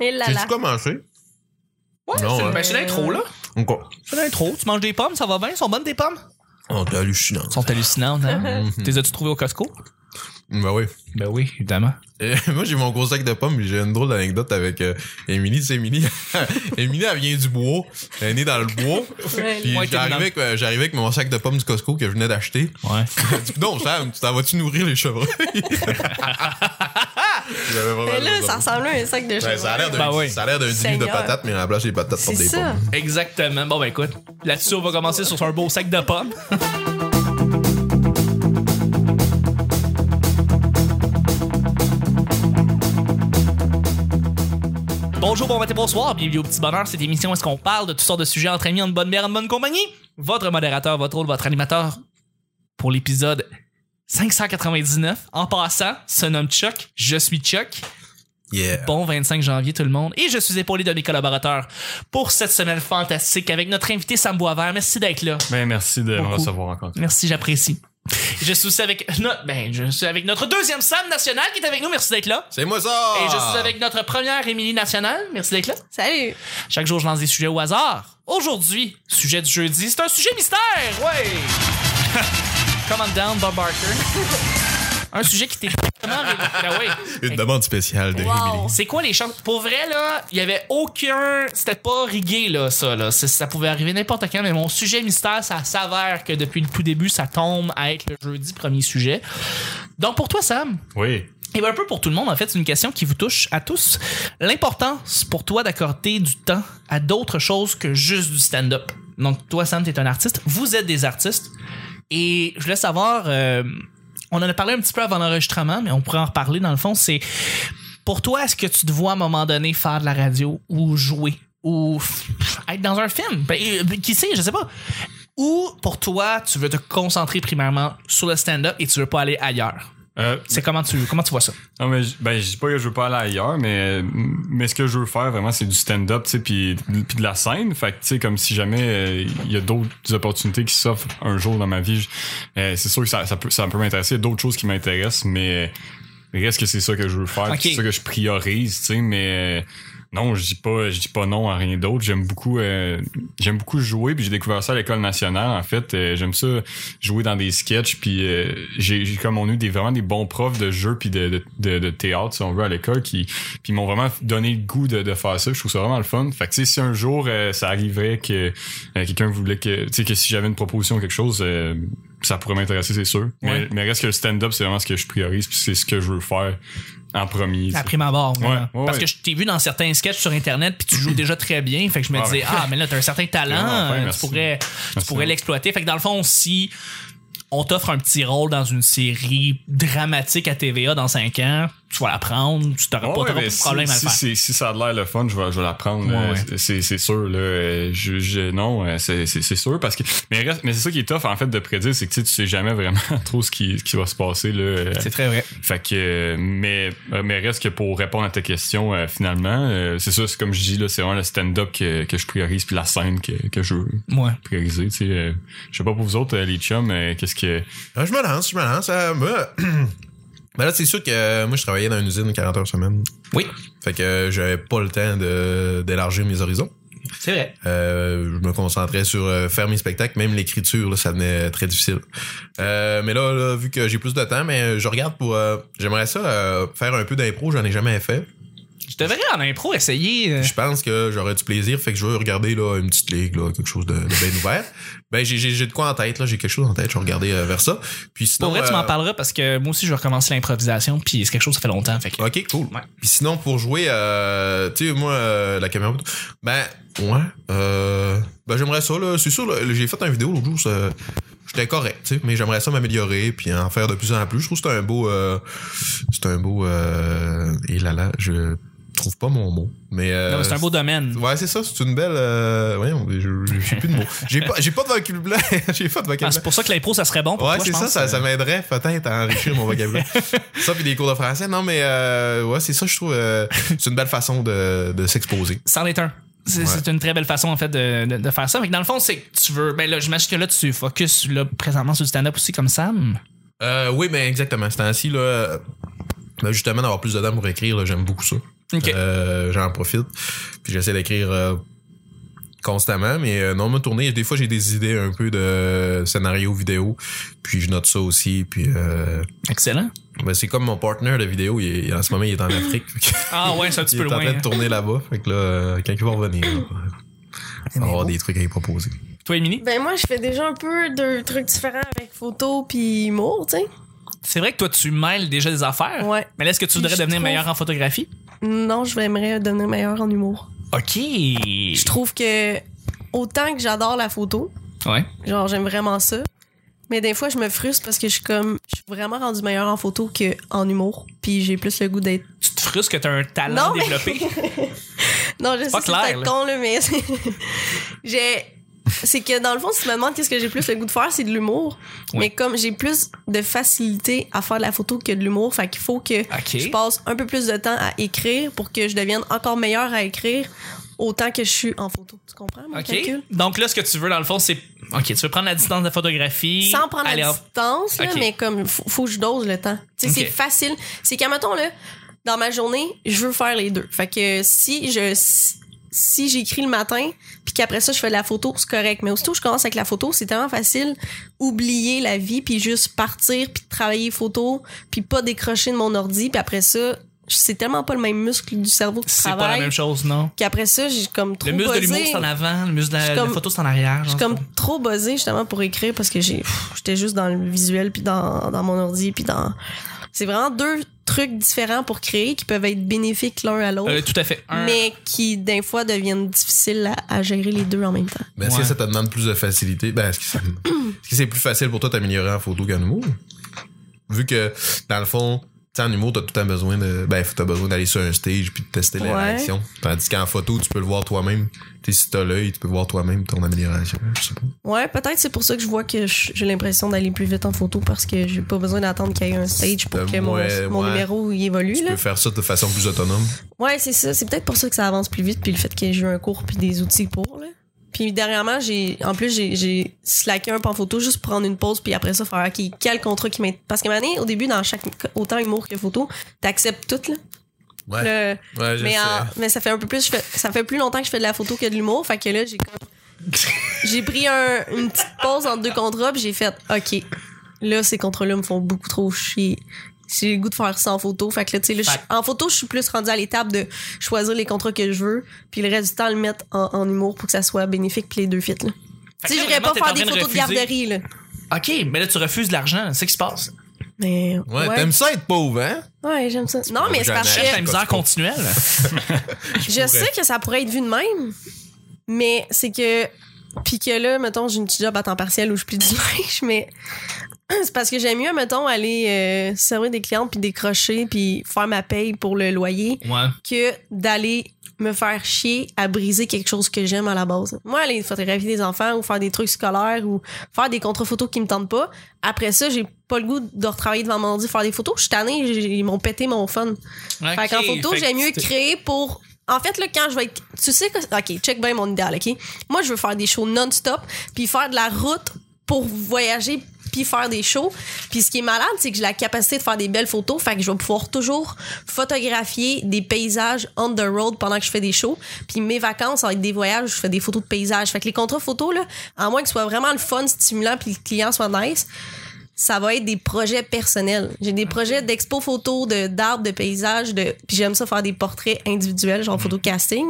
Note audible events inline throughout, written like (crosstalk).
Et Eh là T'as-tu là. commencé? Ouais, Non, c'est hein. une, ben, c'est l'intro, là. Encore. C'est l'intro. Tu manges des pommes, ça va bien? Elles sont bonnes, tes pommes? Oh, t'es hallucinant. Elles sont hallucinantes, hein? (laughs) T'es as-tu trouvé au Costco? Ben oui. Ben oui, évidemment. Euh, (laughs) moi, j'ai mon gros sac de pommes, mais j'ai une drôle d'anecdote avec euh, Émilie. Tu sais, Émilie, (laughs) Émilie, elle vient du bois. Elle est née dans le bois. Ouais, Puis Ouais, t'es j'arrivais dans- avec, euh, j'arrivais avec mon sac de pommes du Costco que je venais d'acheter. Ouais. Elle dit, non, Sam, tu t'en vas-tu nourrir les chevreuils? (laughs) J'avais vraiment Mais là, raison. ça ressemble à un sac de Ouais, cheveux. ça a l'air d'un Ben oui. ça a l'air d'un dîner de Seigneur. patates, mais à la place, les patates C'est portent des ça. pommes. Exactement. Bon, ben écoute, là-dessus, on va commencer sur un beau sac de pommes. Bonjour, bon matin, bonsoir. Bienvenue au Petit Bonheur. Cette émission, où est-ce qu'on parle de toutes sortes de sujets entre amis, en bonne bière, en bonne compagnie? Votre modérateur, votre rôle, votre animateur pour l'épisode 599. En passant, se nomme Chuck. Je suis Chuck. Yeah. Bon 25 janvier tout le monde. Et je suis épaulé de mes collaborateurs pour cette semaine fantastique avec notre invité Sam Boisvert. Merci d'être là. Ben, merci de me Beaucoup. recevoir encore. Merci, j'apprécie. Je suis aussi avec notre, ben, je suis avec notre deuxième Sam national qui est avec nous. Merci d'être là. C'est moi ça! Et je suis avec notre première Émilie nationale. Merci d'être là. Salut. Chaque jour, je lance des sujets au hasard. Aujourd'hui, sujet du jeudi, c'est un sujet mystère. Ouais. (laughs) Come on down, Bob Barker. (laughs) un sujet qui t'est vraiment révélé. Ben oui. Une demande spéciale de Wow. Émilie. C'est quoi les chances? Pour vrai, là, il y avait aucun. C'était pas rigué, là, ça, là. C'est- Ça pouvait arriver n'importe quand, mais mon sujet mystère, ça s'avère que depuis le tout début, ça tombe à être le jeudi premier sujet. Donc, pour toi, Sam, Oui. et bien un peu pour tout le monde, en fait, c'est une question qui vous touche à tous. L'importance pour toi d'accorder du temps à d'autres choses que juste du stand-up. Donc, toi, Sam, t'es un artiste. Vous êtes des artistes. Et je voulais savoir, euh, on en a parlé un petit peu avant l'enregistrement, mais on pourrait en reparler dans le fond. C'est pour toi, est-ce que tu te vois à un moment donné faire de la radio ou jouer ou f- être dans un film? Ben, euh, qui sait, je sais pas. Ou pour toi, tu veux te concentrer primairement sur le stand-up et tu veux pas aller ailleurs. Euh, C'est comment tu, comment tu vois ça? non, mais je- ben, je dis pas que je veux pas aller ailleurs, mais, mais ce que je veux faire vraiment, c'est du stand-up, tu sais, puis puis de la scène. Fait que, tu sais, comme si jamais euh, il y a d'autres opportunités qui s'offrent un jour dans ma vie, je- euh, c'est sûr que ça, ça peut, ça peut m'intéresser. Il y a d'autres choses qui m'intéressent, mais euh, reste que c'est ça que je veux faire, puis Ok. c'est ça que je priorise, tu sais, mais. euh, Non, je dis pas, je dis pas non à rien d'autre. J'aime beaucoup, euh, j'aime beaucoup jouer. Puis j'ai découvert ça à l'école nationale. En fait, Euh, j'aime ça jouer dans des sketchs. Puis euh, j'ai, j'ai- comme on a eu des vraiment des bons profs de jeu puis de, de, de, de théâtre, si on veut, à l'école, qui puis ils m'ont vraiment donné le goût de, de faire ça. Je trouve ça vraiment le fun. Fait que tu sais, si un jour euh, ça arriverait que euh, quelqu'un voulait que, tu sais, que si j'avais une proposition ou quelque chose. euh, ça pourrait m'intéresser, c'est sûr. Mais, Ouais. mais reste que le stand-up, c'est vraiment ce que je priorise, puis c'est ce que je veux faire en premier. tu sais. Après ma barre. Ouais, ouais, Parce ouais. que je t'ai vu dans certains sketchs sur Internet, puis tu joues déjà très bien. Fait que je me Ah, disais, ouais. ah, mais là, t'as un certain talent, vraiment fin, euh, tu merci. pourrais, tu Merci. pourrais l'exploiter. Fait que dans le fond, si on t'offre un petit rôle dans une série dramatique à TVA dans 5 ans, tu vas la prendre, tu t'auras Ouais, pas ouais, trop mais de si- problème à le si, faire. c'est- si ça a l'air le fun, je vais, je vais la prendre. Ouais, là. ouais. C'est- C'est c'est sûr. Là, Euh, je, je- non, euh, c'est c'est- c'est sûr. Parce que, mais, reste- mais c'est ça qui est tough en fait de prédire, c'est que tu sais, tu sais jamais vraiment (laughs) trop ce qui, ce qui va se passer. Là. Euh, très vrai. Fait que, euh, mais, euh, mais reste que pour répondre à ta question, euh, finalement, euh, c'est ça, c'est comme je dis, là, c'est vraiment le stand-up que, que je priorise, puis la scène que, que je veux Ouais. prioriser. tu sais, euh. je sais pas pour vous autres, euh, les chums, euh, qu'est-ce que. Ah, je me lance, je me lance. Euh, moi, (clears throat) ben là, c'est sûr que euh, moi, je travaillais dans une usine 40 heures semaine. Oui, Fait que euh, j'avais pas le temps de- d'élargir mes horizons. c'est vrai. Euh, je me concentrais sur euh, faire mes spectacles, même l'écriture, là, ça venait très difficile. Euh, mais là, là, vu que j'ai plus de temps, mais euh, je regarde pour. euh, J'aimerais ça euh, faire un peu d'impro, j'en ai jamais fait. Je devrais en impro essayer. euh, Je pense que j'aurais du plaisir, fait que je veux regarder là, une petite ligue, là, quelque chose de, de bien ouvert. Ben j'ai- j'ai j'ai de quoi en tête, là, j'ai quelque chose en tête, je vais regarder euh, vers ça. Puis sinon, Pour vrai, tu euh, m'en parleras parce que moi aussi, je vais recommencer l'improvisation, puis c'est quelque chose, ça fait longtemps. Fait que. Ok, cool. Ouais. Puis sinon, pour jouer, euh, tu sais, moi, euh, la caméra, ben, ouais, euh, ben, j'aimerais ça, là. C'est sûr, là, j'ai fait une vidéo l'autre jour, ça- j'étais correct, tu sais, mais j'aimerais ça m'améliorer, puis en faire de plus en plus. Je trouve que c'est un beau, euh, c'est un beau, euh, et là là, je trouve pas mon mot, mais. euh, Non, mais c'est un beau domaine. Ouais, c'est ça, c'est une belle. Euh, voyons, je- je- j'ai plus de mots. J'ai pas, j'ai pas de vocabulaire. (laughs) j'ai pas de Ah, vocabulaire. c'est pour ça que l'impro, ça serait bon pour Ouais, toi, c'est je ça, pense. ça, ça m'aiderait peut-être à enrichir mon (laughs) vocabulaire. ça, puis des cours de français. Non, mais euh, ouais, c'est ça, je trouve. euh, c'est une belle façon de, de s'exposer. C'en est un. C'est Ouais. c'est une très belle façon en fait de, de- de faire ça. Fait que dans le fond, c'est que tu veux. Ben là, j'imagine que là, tu focus là, présentement sur le stand-up aussi comme Sam. Euh, oui, ben exactement. Ce temps-ci, là, euh, ben, justement, d'avoir plus de temps pour écrire, là, j'aime beaucoup ça. Ok. Euh, J'en profite. Puis j'essaie d'écrire euh, constamment. Mais euh, non, me tourner, des fois j'ai des idées un peu de scénario vidéo. Puis je note ça aussi. Puis euh, Excellent. ben, c'est comme mon partner de vidéo. il est- en ce moment, il est en Afrique. Fait que- Ah ouais, c'est un petit il est peu en train loin. hein. de tourner là-bas. Fait que là, euh, quand il va revenir, (clears throat) on va avoir des trucs à lui proposer. hein. Toi, Émilie? Ben moi, je fais déjà un peu de trucs différents avec photo puis humour, tu sais. C'est vrai que toi, tu mêles déjà des affaires. Ouais. Mais là, est-ce que tu Puis voudrais je devenir trouve- meilleur en photographie? Non, je aimerais devenir meilleure en humour. OK. Je trouve que autant que j'adore la photo, Ouais. genre j'aime vraiment ça, mais des fois je me frustre parce que je suis comme je suis vraiment rendue meilleure en photo que en humour, puis j'ai plus le goût d'être Tu te frustres que t'as un Non, talent mais- (laughs) développé. Non, je sais pas que c'est clair, peut-être là. con là, mais (laughs) j'ai c'est que dans le fond, si tu me demandes qu'est-ce que j'ai plus le goût de faire, c'est de l'humour. Ouais. Mais comme j'ai plus de facilité à faire de la photo que de l'humour, fait qu'il faut que OK. je passe un peu plus de temps à écrire pour que je devienne encore meilleure à écrire autant que je suis en photo. Tu comprends mon OK. calcul? Donc là, ce que tu veux, dans le fond, c'est. OK, tu veux prendre la distance de la photographie. Sans prendre aller la en- distance, là, Ok. mais comme faut, faut que je dose le temps. Tu sais, Ok. c'est facile. C'est qu'à mettons là, dans ma journée, je veux faire les deux. Fait que si je si j'écris le matin, puis qu'après ça je fais de la photo, c'est correct. Mais aussitôt que je commence avec la photo, c'est tellement facile oublier la vie, puis juste partir, puis travailler photo, puis pas décrocher de mon ordi, puis après ça, c'est tellement pas le même muscle du cerveau qui C'est pas la travaille. même chose, non? Qu'après ça, j'ai comme trop Le muscle de l'humour, buzzé. c'est en avant. Le muscle de Je la, suis la comme- photo, c'est en arrière. Je suis genre, comme trop buzzée justement pour écrire parce que j'ai pff, j'étais juste dans le visuel puis dans, dans mon ordi puis dans c'est vraiment deux trucs différents pour créer qui peuvent être bénéfiques l'un à l'autre Euh, tout à fait. Un- mais qui d'un fois deviennent difficiles à, à gérer les deux en même temps. Ben, Est-ce que Ouais. ça te demande plus de facilité? Ben, est-ce que ça- (clears throat) est-ce que c'est plus facile pour toi d'améliorer en photo qu'en humour? Vu que, dans le fond, tu sais, en humour, t'as tout le temps besoin de. Ben, t'as besoin d'aller sur un stage puis de tester les Ouais. réactions. Tandis qu'en photo, tu peux le voir toi-même. T'sais, si t'as l'œil, tu peux voir toi-même ton amélioration. Je sais pas. Ouais, peut-être c'est pour ça que je vois que je- j'ai l'impression d'aller plus vite en photo parce que j'ai pas besoin d'attendre qu'il y ait un stage pour Euh, que mon, ouais, mon ouais. numéro y évolue Tu là. peux faire ça de façon plus autonome. Ouais, c'est ça. C'est peut-être pour ça que ça avance plus vite, puis le fait que j'ai eu un cours puis des outils pour. Là. Puis dernièrement, j'ai, en plus, j'ai, j'ai slacké un peu en photo juste pour prendre une pause, puis après ça, faire OK, quel contrat qui m'intéresse. Parce que maintenant, au début, dans chaque, autant humour que photo, t'acceptes tout, là. Ouais. Le- Ouais, je mais, sais. en- mais ça fait un peu plus, je fais- ça fait plus longtemps que je fais de la photo que de l'humour, fait que là, j'ai comme. j'ai pris un- une petite pause entre deux contrats, puis j'ai fait OK, là, ces contrats-là me font beaucoup trop chier. J'ai le goût de faire ça en photo. Fait que là, tu sais, là, je suis- Fait- en photo, je suis plus rendue à l'étape de choisir les contrats que je veux, puis le reste du temps, le mettre en, en humour pour que ça soit bénéfique, puis les deux fit, là. Fait que Tu sais, là, j'irais vraiment, pas t'es en faire des train de photos de refuser. garderie, là. OK, mais là, tu refuses de l'argent. C'est ce qui se passe. Mais. Ouais, Ouais, t'aimes ça être pauvre, hein? ouais, j'aime ça. Non, pourras mais c'est jamais parce acheter que. Cherche la misère continuelle. Je pourrais. sais que ça pourrait être vu de même, mais c'est que. Puis que là, mettons, j'ai une petite job à temps partiel où je plie du (laughs) linge, mais (clears throat) c'est parce que j'aime mieux, mettons, aller euh, servir des clientes puis décrocher puis faire ma paye pour le loyer Ouais. que d'aller me faire chier à briser quelque chose que j'aime à la base. Moi, aller photographier des enfants ou faire des trucs scolaires ou faire des contre-photos qui me tentent pas, après ça, j'ai pas le goût de retravailler devant mon ordi, faire des photos. Je suis tannée, j'ai- ils m'ont pété mon fun. Fait qu'en photo, j'aime mieux créer pour. En fait, là, quand je vais être. Tu sais que. OK, check bien mon idéal, OK? Moi, je veux faire des shows non-stop, puis faire de la route pour voyager, puis faire des shows. Puis ce qui est malade, c'est que j'ai la capacité de faire des belles photos, fait que je vais pouvoir toujours photographier des paysages on the road pendant que je fais des shows. Puis mes vacances, avec des voyages, je fais des photos de paysages. Fait que les contrats photos, là, à moins que ce soit vraiment le fun, stimulant, puis le client soit nice, ça va être des projets personnels. J'ai des projets d'expo photo, de d'arbres, de paysages, de puis j'aime ça faire des portraits individuels, Mm. genre photo casting.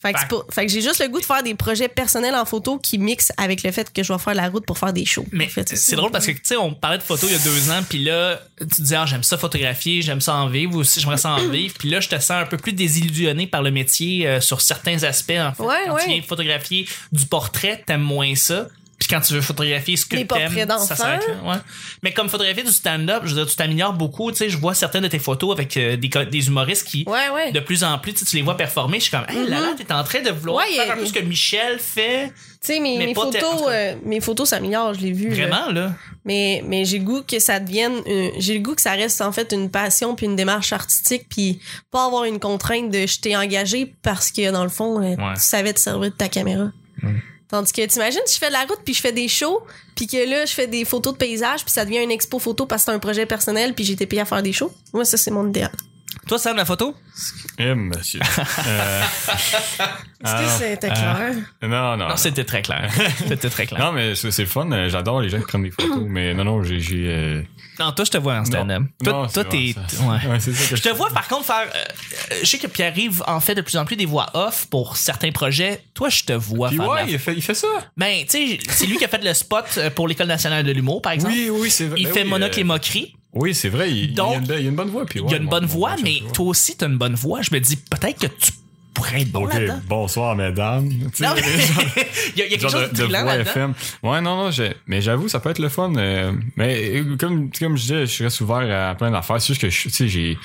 Fait que, c'est pas- fait que j'ai juste le goût de faire des projets personnels en photo qui mixent avec le fait que je vais faire la route pour faire des shows. Mais En fait, c'est drôle parce que, tu sais, on parlait de photos il y a deux ans, puis là, tu disais, ah, j'aime ça photographier, j'aime ça en vivre, ou aussi j'aimerais ça (clears throat) en vivre, puis là, je te sens un peu plus désillusionné par le métier euh, sur certains aspects. En fait. Ouais, quand tu ouais. viens photographier du portrait, t'aimes moins ça. Puis quand tu veux photographier ce que Les portraits t'aimes, ça d'enfants. s'arrête là. Ouais. Mais comme photographier du stand-up, je veux dire, tu t'améliores beaucoup. Tu sais, je vois certaines de tes photos avec euh, des, co- des humoristes qui, Ouais, ouais. de plus en plus, tu sais, tu les vois performer. Je suis comme, hey, là, là, t'es en train de vouloir Ouais, faire un et- peu ce que Michel fait. Tu sais, mes, Mais mes pas tel- en photos, tout cas. euh, mes photos s'améliorent, je l'ai vu. là. Vraiment, là. Mais, mais j'ai le goût que ça devienne, une- j'ai le goût que ça reste en fait une passion puis une démarche artistique puis pas avoir une contrainte de je t'ai engagé parce que dans le fond, euh, Ouais. tu savais te servir de ta caméra. Tandis que t'imagines, je fais de la route puis je fais des shows puis que là, je fais des photos de paysages puis ça devient une expo photo parce que c'est un projet personnel puis j'ai été payé à faire des shows. Moi, ça, c'est mon idéal. Toi, Sam, la photo? Eh, monsieur. Euh, Est-ce alors, Ah, que c'était clair? non, non. Non, c'était très (laughs) clair. C'était très clair. Non, mais c'est c'est le fun. euh, J'adore les gens qui prennent des photos. Mais non, non, j'ai- j'ai. euh, Non, toi, je te vois en stand-up. non. Toi, toi, Non, c'est t'es. vrai, ça. ouais. Ouais, c'est ça que Je te vois par contre faire. euh, euh, je sais que Pierre arrive en fait de plus en plus des voix off pour certains projets. Toi, je te vois Puis faire. de la- ouais, il fait, il fait ça. Ben, tu sais, c'est lui qui a fait le spot euh, pour l'École nationale de l'humour, par exemple. Oui, oui, c'est vrai. Il Ben fait oui, monocle euh, et moquerie. Oui, c'est vrai. Il, Donc, il, y a une, belle- il y a une bonne voix. Puis il ouais, a une mon- bonne mon voix, Dieu, mais ouais. toi aussi, t'as une bonne voix. Je me dis, peut-être que tu pourrais être bon Ok, là-dedans. bonsoir, mesdames. Tu sais, Non, mais- les gens- (laughs) il y a, il y a quelque (laughs) genre chose de, de, de brillant voix là-dedans. FM. Ouais, non, non, j'ai- mais j'avoue, ça peut être le fun. euh, mais euh, comme, comme je disais, je reste ouvert à plein d'affaires. C'est juste que, je- tu sais, j'ai,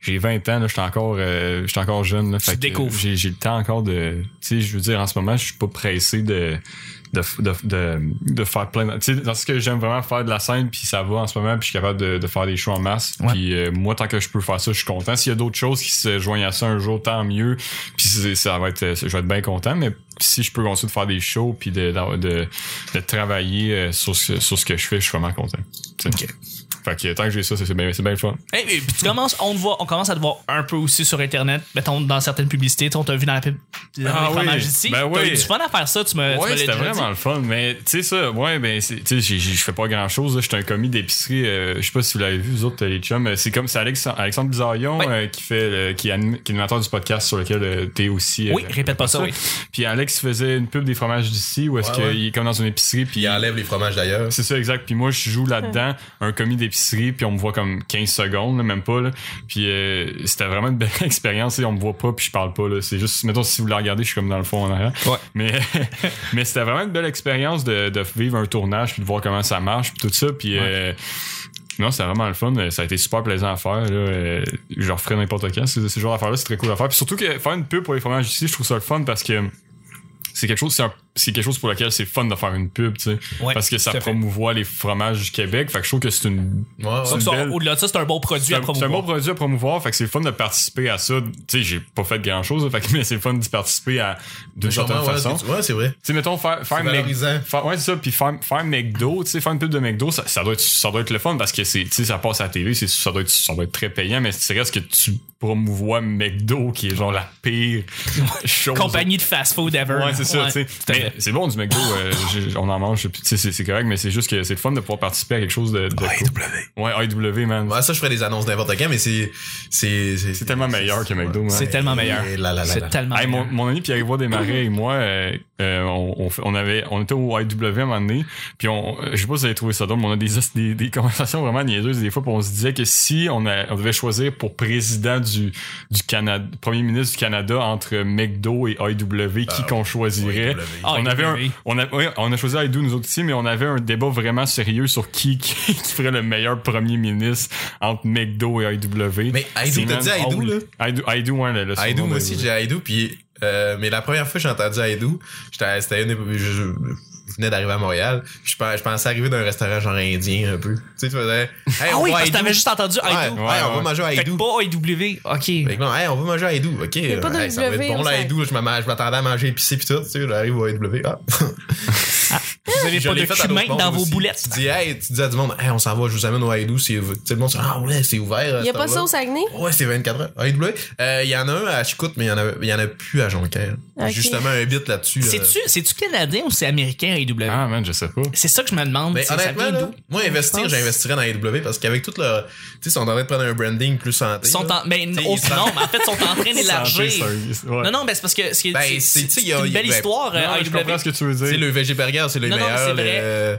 j'ai 20 ans, là, je suis encore, euh, je suis encore jeune. Là, fait te que, découvres. euh, J'ai, j'ai le temps encore de, tu sais, je veux dire, en ce moment, je suis pas pressé de, de, de, de, de faire plein de, tu sais, parce que j'aime vraiment faire de la scène, puis ça va en ce moment, puis je suis capable de, de faire des shows en masse. Ouais. Puis euh, moi, tant que je peux faire ça, je suis content. S'il y a d'autres choses qui se joignent à ça un jour, tant mieux. Puis c'est- ça va être, euh, je vais être bien content, mais si je peux continuer de faire des shows puis de, de, de- de travailler euh, sur ce, sur ce que je fais, je suis vraiment content. tu sais. Fait que tant que j'ai ça, c'est c'est bien, c'est bien le fun. Hey, et puis tu commences, on, te voit, on commence à te voir un peu aussi sur Internet. Mettons, dans certaines publicités, tu sais, on t'a vu dans la pub. dans Ah les oui. fromages ici. Ben T'as oui. eu du fun à faire ça, tu me Euh, tu me Ouais, l'as c'était déjà dit. vraiment le fun, mais tu sais ça, ouais, ben c'est- tu sais j'ai- j'ai- je fais pas grand chose, je suis un commis d'épicerie, euh, je sais pas si vous l'avez vu vous autres euh, les chums, euh, c'est comme c'est Alex- Alexandre Bizarillon Ouais. euh, qui fait le- qui, est anime- qui est animateur du podcast sur lequel euh, t'es aussi euh, Oui, répète pas ça, oui. Puis Alex faisait une pub des fromages d'ici où est-ce Ouais, qu'il ouais. est comme dans une épicerie puis Puis il enlève les fromages d'ailleurs. Euh, C'est ça, exact. Puis moi, je joue là-dedans un commis d'épicerie, puis on me voit comme 15 secondes, là, même pas. Là. Puis euh, c'était vraiment une belle (laughs) expérience. et On me voit pas, puis je parle pas. là. C'est juste, mettons, si vous la regardez, je suis comme dans le fond en arrière. Ouais. Mais, (laughs) mais c'était vraiment une belle expérience de, de vivre un tournage, puis de voir comment ça marche, puis tout ça. Puis euh, non, c'était vraiment le fun. Euh, Ça a été super plaisant à faire. Là. Euh, Je referais n'importe quand. Ce, ce genre d'affaires-là, c'est très cool à faire. Puis surtout que faire une pub pour les fromages ici, je trouve ça le fun parce que c'est quelque chose, c'est un- c'est quelque chose pour lequel c'est fun de faire une pub, tu sais. Ouais, parce que ça tout à fait. promouvoit les fromages du Québec. Fait que je trouve que c'est une. Ouais, ouais. Donc, une ça, belle- Au-delà de ça, c'est un bon produit C'est à un, c'est un promouvoir. bon produit à promouvoir, fait que c'est le fun de participer à ça. Tu sais, j'ai pas fait grand chose, fait que, (laughs) mais c'est le fun d'y participer à d'une certaine Sûrement, ouais, façon. c'est- ouais, c'est vrai. Tu sais, mettons, faire, faire, C'est Mc- valorisant. faire- ouais, c'est ça. Puis faire, faire McDo, tu sais, faire une pub de McDo, ça, ça doit être, ça doit être le fun parce que c'est, tu sais, ça passe à la télé, c'est, ça doit être, ça doit être très payant, mais c'est reste que tu promouvois McDo qui est genre la (laughs) pire chose. Compagnie de fast-food ever. Ouais, c'est ça, Ouais. tu sais. à Mais fait. C'est bon du McDo, euh, j'ai- on en mange, puis tu sais, c'est c'est correct, mais c'est juste que c'est le fun de pouvoir participer à quelque chose de. de cool. Ouais, IW, man. Ouais, ça, je ferais des annonces n'importe quand, mais c'est. C'est C'est tellement meilleur que McDo, man. C'est tellement Et meilleur. là, là, là, là. C'est tellement. Hey, mon, meilleur. mon ami Pierre-Yvois Desmarais et moi, euh, euh, on, on fait- on avait, on était au IW à un moment donné, puis on, euh, je sais pas si vous avez trouvé ça drôle, mais on a des, des, des conversations vraiment niaiseuses des fois, puis on se disait que si on, a- on devait choisir pour président du, du Canada, premier ministre du Canada entre McDo et IW, Ah, qui qu'on choisirait, IW. Ah, on, avait un, IW. on, a, ouais, on a choisi IW nous autres aussi, mais on avait un débat vraiment sérieux sur qui, (laughs) qui, qui ferait le meilleur premier ministre entre McDo et IW. Mais IW, C'est t'as dit même IW, drôle. IW, IW, ouais, le- le Aïdou, surnom moi de- aussi, j'ai Aïdou, puis euh, mais la première fois que j'ai entendu Aïdou, j'étais, c'était une, des- je, je- je venais d'arriver à Montréal, puis je, pens- je pensais arriver d'un restaurant genre indien un peu. Tu sais, tu faisais, hey, Ah on oui, va à parce que Aïdou. t'avais juste entendu ouais, Aïdou. ouais, Ouais, on va ouais. manger à Fait que Aïdou. pas IW. Fait OK. que non, hey, on va manger à Aïdou, ok. a pas de hey, ça va être W, bon on là, sait. Aïdou, je m'am- je m'attendais à manger épicé pis tout, tu sais, j'arrive au AW. Ah. (laughs) Vous avez Je pas l'ai de fait à cumin d'autres mondes dans vos aussi. boulettes. Tu dis, hey, tu dis à du monde, hey, on s'en va, je vous amène au Aïdou, c'est, tu sais, le monde, ah ouais, c'est ouvert. Il y a pas ça au Saguenay? Ouais, c'est 24 heures. AW. Euh, Il y en a un à Chicoute, mais il y en a- il y en a plus à Jonquière. Ok. Justement, un bit là-dessus. euh, là. C'est-tu c'est-tu canadien ou c'est américain AW? Ah, man, je sais pas. C'est ça que je me demande. Mais c'est- ça ben, honnêtement, vient là, d'où? moi, investir, pense- j'investirais dans AW parce qu'avec tout le. Tu sais, ils sont en train de prendre un branding plus santé. Ils sont là. en, mais T'sais, oh, ils sont- non, mais en fait, ils sont en train d'élargir. Santé, c'est un- ouais. Non, non, mais c'est parce que c'est Ben, c'est- c'est- c'est- t'sais, c'est y euh, a- une belle ben, histoire, Non, euh, je IW. comprends ce que tu veux Tu sais, dire. le VG Burger, c'est le Non, non, mais meilleur. c'est vrai.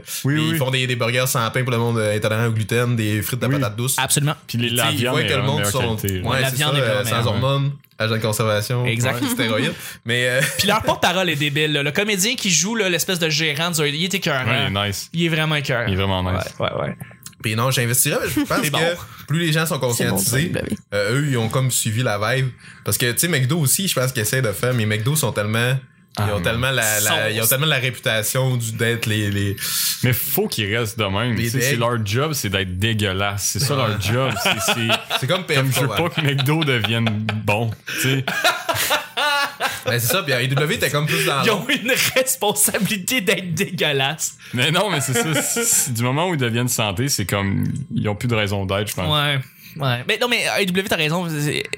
le- Oui, ils oui. font des, des burgers sans pain pour le monde euh, intolérant au gluten, des frites de Oui. patates douces. Absolument. Puis les, Tu sais, la ils viande voient est que le vraiment monde meilleure sont. qualité, là. Ouais, La c'est viande ça, est euh, vraiment sans meilleure, hormones, agent de conservation, Exact. ouais, stéroïdes. Mais. (laughs) euh, Puis leur porte-parole est débile. là. Le comédien qui joue là, l'espèce de gérant du il est écœurant. Ouais, il est nice. Il est vraiment écœurant. Il est vraiment nice. Ouais, ouais, ouais. Puis non, j'investirais. mais Je pense C'est bon. que plus les gens sont C'est bon, conscientisés, ben. ça, W. euh, eux, ils ont comme suivi la vibe. Parce que, tu sais, McDo aussi, je pense qu'ils essaient de faire, mais McDo sont tellement. Ils Ah, ont, mais- tellement la, la- Sont- ils ont tellement la réputation du- d'être les, les. Mais faut qu'ils restent de même. Les Tu sais, deg- C'est leur job, c'est d'être dégueulasse. C'est ça leur (laughs) job. C'est- C'est C'est comme comme PFK. je veux ouais. pas que McDo devienne bon. tu sais. Ben, c'est ça, puis (laughs) AEW, t'es comme plus dans Ils le ont une responsabilité d'être dégueulasses. Mais non, mais c'est ça. C'est- Du moment où ils deviennent santé, c'est comme ils ont plus de raison d'être, je pense. Ouais. Ouais. Mais non, mais AEW, t'as raison.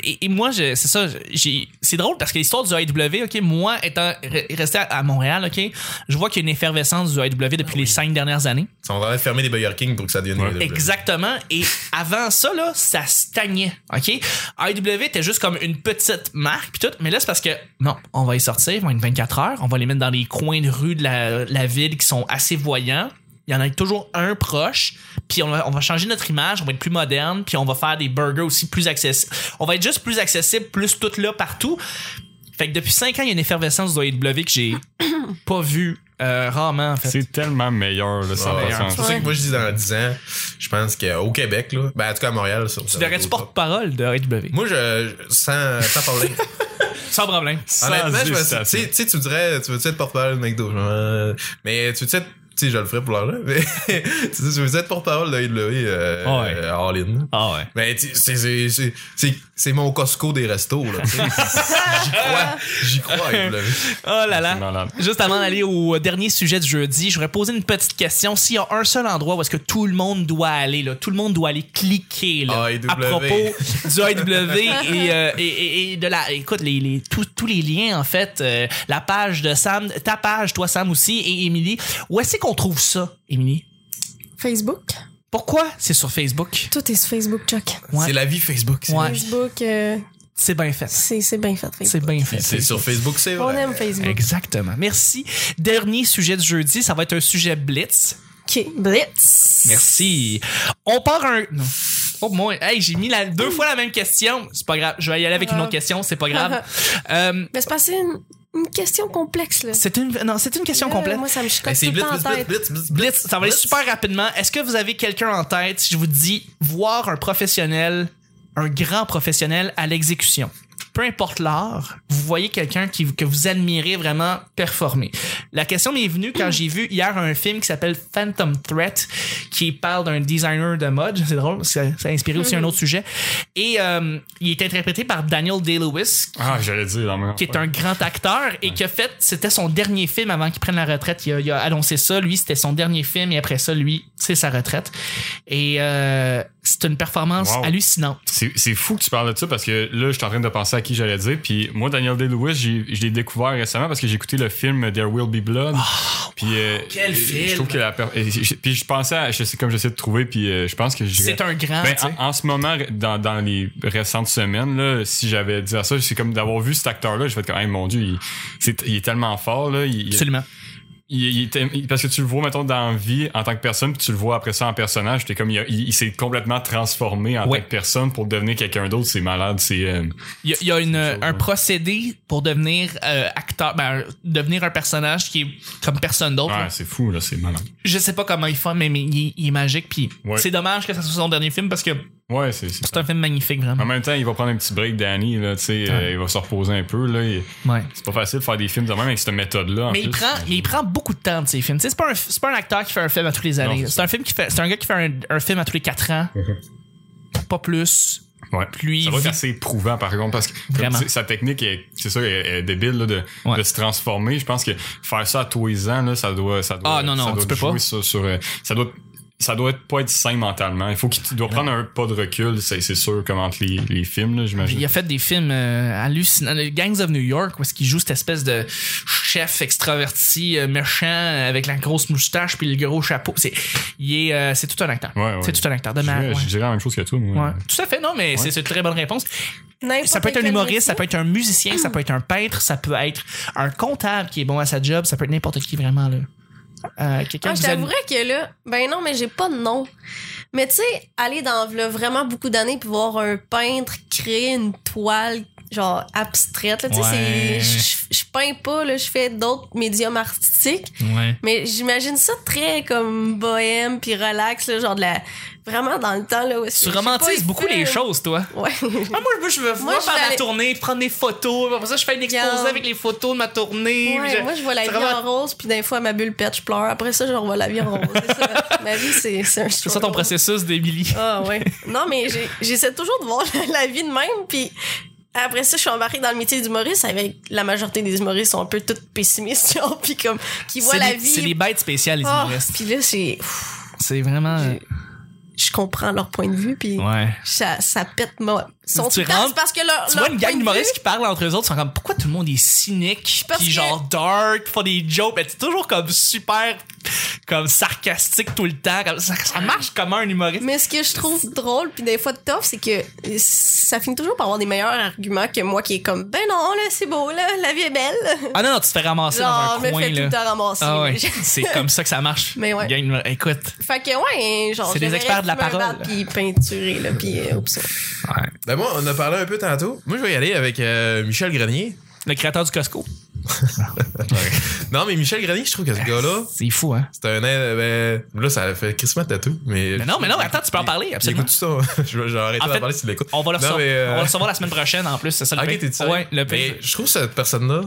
Et, et moi, je- c'est ça. j'ai- C'est drôle parce que l'histoire du AEW, OK, moi, étant re- resté à, à Montréal, OK, je vois qu'il y a une effervescence du AEW depuis les cinq dernières années. Ils sont en train de fermer des Burger King pour que ça devienne E Ouais. une AEW. Exactement. Et avant ça, là, ça stagnait. OK? AEW était juste comme une petite marque, puis tout. Mais là, c'est parce que, non, on va y sortir, ils vont être 24 heures, on va les mettre dans les coins de rue de la, la ville qui sont assez voyants. Il y en a toujours un proche, puis on va, on va changer notre image, on va être plus moderne, puis on va faire des burgers aussi plus accessibles. On va être juste plus accessible, plus tout là, partout. Fait que depuis 5 ans, il y a une effervescence du AEW que j'ai (coughs) pas vue euh, rarement, en fait. C'est tellement meilleur, là, Ah, ouais. C'est 100%. pour ça que moi, je dis dans 10 ans, je pense qu'au Québec, là, ben, en tout cas à Montréal, ça. Tu verrais-tu porte-parole de AEW? Moi, je, je- sans, sans parler. (laughs) Sans problème. Honnêtement, je me suis- hésitation. tu sais- tu sais, tu me dirais, tu veux-tu être porte-parole de McDo? Je me- euh, Mais tu veux-tu être, tu sais, je le ferai pour l'heure, là, mais (laughs) tu sais, tu veux-tu être porte-parole de AEW, euh, Ouais. euh, All In? là? Ah ouais. Mais tu- c'est- c'est- c'est- c'est c'est mon Costco des restos, là. (laughs) tu sais. J'y crois. J'y crois, AEW. (laughs) Oh là C'est malade. là. Juste avant d'aller au dernier sujet du jeudi, je voudrais poser une petite question. S'il y a un seul endroit où est-ce que tout le monde doit aller, là, tout le monde doit aller cliquer là, AEW. à propos du AEW et, euh, et, et- et de la, écoute, les, les- tous- tous les liens en fait, euh, la page de Sam, ta page, toi Sam aussi et Émilie. Où est-ce qu'on trouve ça, Émilie? Facebook. Pourquoi c'est sur Facebook? Tout est sur Facebook, Chuck. Ouais. C'est la vie Facebook. c'est- Ouais. Facebook, euh, C'est bien fait. c'est c'est bien fait. Facebook. C'est bien fait. C'est sur Facebook, c'est On vrai. aime Facebook. Exactement. Merci. Dernier sujet du jeudi, ça va être un sujet blitz. Ok, Blitz. Merci. On part un. Non. Oh moi, hey, j'ai mis la, deux fois la même question. C'est pas grave. Je vais y aller avec une autre question. C'est pas grave. Euh, Mais Ben, c'est passé une, une question complexe, là. c'est une. Non, c'est une question Là, complète. Ben, Moi, ça me chicote Mais tout Ben, c'est le blitz, temps en blitz, tête. blitz, blitz, Blitz, ça va aller super rapidement. Est-ce que vous avez quelqu'un en tête si je vous dis voir un professionnel, un grand professionnel à l'exécution? Peu importe l'art, vous voyez quelqu'un qui, que vous admirez vraiment performer. La question m'est venue quand j'ai vu hier un film qui s'appelle Phantom Threat, qui parle d'un designer de mode. C'est drôle, parce que ça, ça a inspiré aussi un autre sujet. Et euh, il est interprété par Daniel Day-Lewis, Ah, j'allais dire la même qui est un grand acteur et qui a fait, c'était son dernier film avant qu'il prenne la retraite. Il a, il a annoncé ça, lui, c'était son dernier film et après ça, lui, c'est sa retraite. Et euh, c'est une performance Wow. hallucinante. C'est c'est fou que tu parles de ça parce que là, je suis en train de penser à qui j'allais dire. Puis moi, Daniel Day-Lewis, j'ai- je l'ai découvert récemment parce que j'ai écouté le film There Will Be Blood. puis euh, Ah, quel je film! trouve que la per- et je- Puis je pensais à, je sais, comme j'essaie de trouver, puis euh, je pense que je C'est un grand. Ben, tu sais. en, en ce moment, dans, dans les récentes semaines, là, si j'avais dit ça, c'est comme d'avoir vu cet acteur-là, j'ai fait comme, hey, mon Dieu, il, c'est- il est tellement fort. Là, il, il- Absolument. il- il était- il- parce que tu le vois, mettons, dans la vie en tant que personne, puis tu le vois après ça en personnage, t'es comme, il, a- il- il s'est complètement transformé en Ouais. tant que personne pour devenir quelqu'un d'autre, c'est malade, c'est. euh, Il y a, il y a une- C'est chaud, un ouais. procédé pour devenir euh, acteur, ben, devenir un personnage qui est comme personne d'autre. là. ouais, c'est fou, là, c'est malade. Je sais pas comment il fait, mais, mais il, est- il est magique. Puis Ouais. c'est dommage que ça soit son dernier film parce que Ouais, c'est. c'est- c'est un film magnifique, En vraiment. même temps, il va prendre un petit break, Danny, là, tu sais, euh, il va se reposer un peu, là. il- Ouais. c'est pas facile de faire des films de même avec cette méthode-là. en Mais il, plus. prend, mais il prend beaucoup de temps de ses films. Tu sais, C'est pas, un- c'est pas un acteur qui fait un film à tous les années. Non, c'est C'est un film qui fait. C'est un gars qui fait un, un film à tous les 4 ans. Pas plus. Ouais. Lui, Mm-hmm. ça va être vit- assez éprouvant par contre parce que (laughs) comme Vraiment. tu sais, sa technique est, c'est ça, est, est débile là, de, Ouais. de se transformer. Je pense que faire ça à tous les ans, là, ça doit, ça doit, Ah, non, non, ça doit tu peux jouer pas. ça sur, euh, ça doit, ça doit être- pas être sain mentalement. Il faut qu'il tu dois prendre un pas de recul, c'est, c'est sûr, comme entre les, les films, là, j'imagine. Il a fait des films euh, hallucinants. Le Gangs of New York, où est-ce qu'il joue cette espèce de chef extraverti, euh, méchant, avec la grosse moustache puis le gros chapeau. C'est il est, euh, c'est tout un acteur. Ouais, ouais. C'est tout un acteur de Je ma- dirais- ouais. Je dirais la même chose que toi. moi. Ouais. Tout à fait, non, mais c'est c'est une très bonne réponse. N'importe ça peut être un quel humoriste, métier. ça peut être un musicien, ça peut être un peintre, ça peut être un comptable qui est bon à sa job, ça peut être n'importe qui vraiment là. Euh, quelqu'un Ah, je que vous admirez. t'avouerais que là, ben non, mais j'ai pas de nom. Mais tu sais, aller dans v'là vraiment beaucoup d'années puis voir un peintre créer une toile genre abstraite, là, tu sais, Ouais. c'est- je je peins pas, là, je fais d'autres médiums artistiques. Ouais. Mais j'imagine ça très comme bohème puis relax, là, genre de la. Vraiment dans le temps, là. où est-ce Tu que- je sais pas, romantises il beaucoup fait- les choses, toi. Ouais. Ah, moi, je- je veux Moi, moi, je faire vais ma aller- tournée, prendre des photos. Après ça, je fais une exposé Regarde. avec les photos de ma tournée. Ouais, puis je- moi, je vois la c'est vie vraiment- en rose, puis des fois, ma bulle pète, je pleure. Après ça, je revois la vie en rose. C'est (laughs) ça. ma vie, c'est c'est un C'est ça ton struggle. processus, d'Émilie. Ah ouais. Non, mais j'ai- j'essaie toujours de voir la vie de même, puis après ça, je suis embarquée dans le métier d'humoriste avec la majorité des humoristes sont un peu toutes pessimistes, (laughs) genre, puis comme, qui voient C'est la des- vie. Oh. C'est des bêtes spéciales, les Ah, humoristes. puis là, c'est. C'est vraiment. euh, Je comprends leur point de vue, puis Ouais. ça, ça pète moi. Son Tu temps, rentres- c'est parce que leur, Tu leur vois point une gang de vue- d'humoristes qui parlent entre eux autres, ils sont comme pourquoi tout le monde est cynique, Parce puis que- genre dark, font des jokes, mais c'est toujours comme super comme sarcastique tout le temps, comme- ça, ça marche comme un humoriste. Mais ce que je trouve drôle, puis des fois tough, c'est que ça finit toujours par avoir des meilleurs arguments que moi qui est comme, ben non, là, c'est beau, là, la vie est belle. Ah non, non, tu te fais ramasser Genre, dans un me coin fait tout là. le temps ramasser. Ah ouais, c'est comme ça que ça marche. Mais ouais. Gang d'humoristes. Écoute. (laughs) Fait que, ouais, genre. C'est des j'aimerais experts de la fumer un parole. bat, Puis peinturer, là, puis euh, oups. Ben moi, on a parlé un peu tantôt. Moi, je vais y aller avec euh, Michel Grenier. Le créateur du (laughs) Costco. (laughs) Non, mais Michel Grenier, je trouve que ce gars-là, C'est fou, hein. c'est un... euh, Ben, là, ça fait Christmas tatou, mais... Mais non, mais non, mais attends, tu peux en parler, Il absolument. écoute ça. (laughs) je vais je vais arrêter En fait, d'en parler s'il l'écoute. On va le Non, recevoir, mais, euh, on va le recevoir la semaine prochaine en plus, c'est ça le Ok, pire. t'es dit ça? Ouais, le pire. Mais je trouve cette personne-là...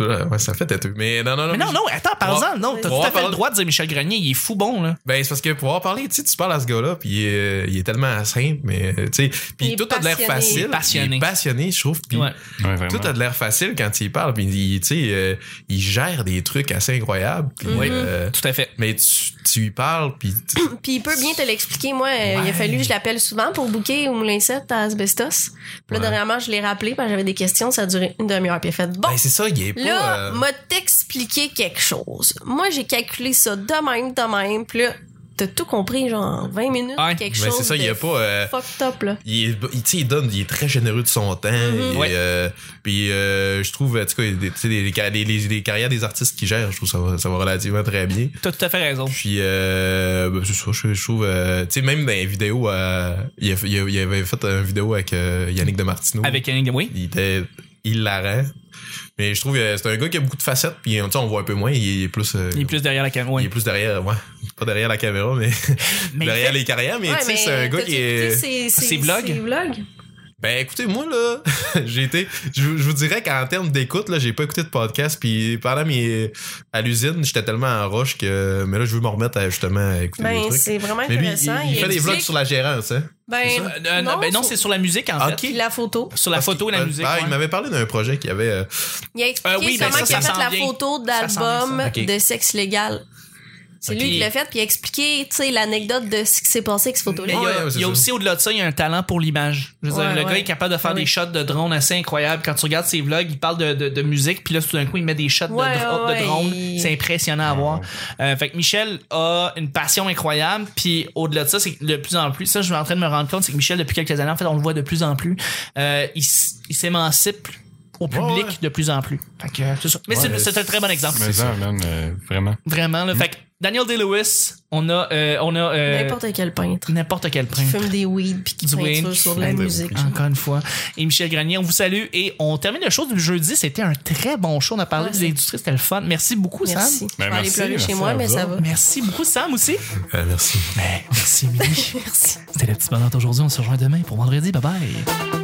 euh, Ouais, ça fait tatou. Mais non, non, non. Ah, Mais non, non, attends, parle-en. Non, t'as On tout va à fait le parler- droit de dire Michel Grenier, il est fou bon, là. Ben, c'est parce que pour en parler, tu sais, tu parles à ce gars-là, puis il est, euh, il est tellement simple, mais euh, tu sais, Il puis est tout a de l'air passionné. facile. Il est passionné. Il est passionné, je trouve. Puis Ouais. Ouais, vraiment. tout a de l'air facile quand il parle, puis il, tu sais, euh, il gère des trucs assez incroyables. puis, Oui. euh, Tout à fait. mais tu, tu lui parles, puis tu- Puis il peut bien te l'expliquer. Moi, euh, il Ouais. a fallu que je l'appelle souvent pour booker au Moulin 7 à Asbestos. Puis là, Ouais. dernièrement, je l'ai rappelé parce que j'avais des questions. Ça a duré une demi-heure. Puis il a fait Bon, ben, c'est ça, il est pas. là, euh, m'a t'expliqué quelque chose. Moi, j'ai calculé ça de même, de même. Puis là, t'as tout compris, genre, en 20 minutes, Ouais, quelque ben, chose. c'est ça, il de est pas. euh, Fucked up, là. il, est- il, tu sais, il donne, il est très généreux de son temps. Mm-hmm. et, Ouais. euh, puis euh, je trouve, en tout cas, des- tu sais, les, les- les- les carrières des artistes qui gèrent, je trouve ça va, ça va relativement très bien. T'as tout à fait raison. Puis, euh, ben, c'est ça, je, je trouve, euh, tu sais, même dans les vidéos, euh, il, a- il a- il avait fait une vidéo avec euh, Yannick de Martino. Avec un oui. Il était hilarant. Mais je trouve que c'est un gars qui a beaucoup de facettes, puis tu sais, on voit un peu moins, il est plus. euh, Il est plus derrière la caméra. il est plus derrière, ouais. Pas derrière la caméra, mais, Mais derrière fait- les carrières, mais Ouais, tu sais, mais c'est un gars t'as-tu qui est. écouté ses- ses- ses vlogs? ses vlogs? Ben écoutez, moi là, (laughs) j'ai été. Je, vous- je vous dirais qu'en termes d'écoute, là, j'ai pas écouté de podcast. Puis pendant mes. à l'usine, j'étais tellement en roche que. Mais là, je veux me remettre à justement à écouter des Ben, trucs. c'est vraiment Mais lui, il, intéressant. il fait des vlogs explique- sur la gérance, hein? Ben, Euh, euh, non, ben non, c'est sur la musique en Ah, Ok. fait. puis la photo. Sur la Parce photo et qu'il- la euh, musique. ah, ouais. il m'avait parlé d'un projet qui avait. euh, Il a expliqué Euh, oui, ben comment ça, il a ça fait s'en la vient. photo de Ça s'en vient, l'album ça. Ok. de sexe légal. C'est Ok. lui qui l'a fait, puis il a expliqué, tu sais, l'anecdote de ce qui s'est passé avec cette Mais photo-là. il y Ouais, a, ouais, c'est il y a ça. aussi au-delà de ça, il y a un talent pour l'image. Je veux dire, Ouais, ouais. le gars est capable de faire Ah des oui. shots de drone assez incroyables. Quand tu regardes ses vlogs, il parle de, de, de musique, puis là, tout d'un coup, il met des shots de, Ouais, dro- de ouais, drone. il- C'est impressionnant à voir. Euh, fait que Michel a une passion incroyable, puis au-delà de ça, c'est que de plus en plus, ça, je suis en train de me rendre compte, c'est que Michel, depuis quelques années, en fait, on le voit de plus en plus, euh, il, s- il s'émancipe au public ouais. de plus en plus. Fait que, c'est ça. Mais Ouais, c'est- mais Hmm. c'est un très bon exemple. Mais ça, man, euh, vraiment. Vraiment, là. Fait que Daniel Day-Lewis, on a, euh, on a, euh, N'importe quel peintre n'importe quel qui printemps. fume des weed puis qui Du peinture weed, sur qui de la fume des musique. weed. Encore une fois. Et Michel Granier, on vous salue et on termine le show du jeudi. C'était un très bon show. On a parlé Ouais, des c'est- industries, c'était le fun. Merci beaucoup, Merci. Sam. Je vais aller Ben, merci, pleurer merci chez moi, à mais vous ça va. autres. Merci beaucoup, Sam aussi. euh, merci. Ben, merci, Émilie. (laughs) Merci. (laughs) C'était le petit bonheur d'aujourd'hui. On se rejoint demain pour vendredi. Bye bye.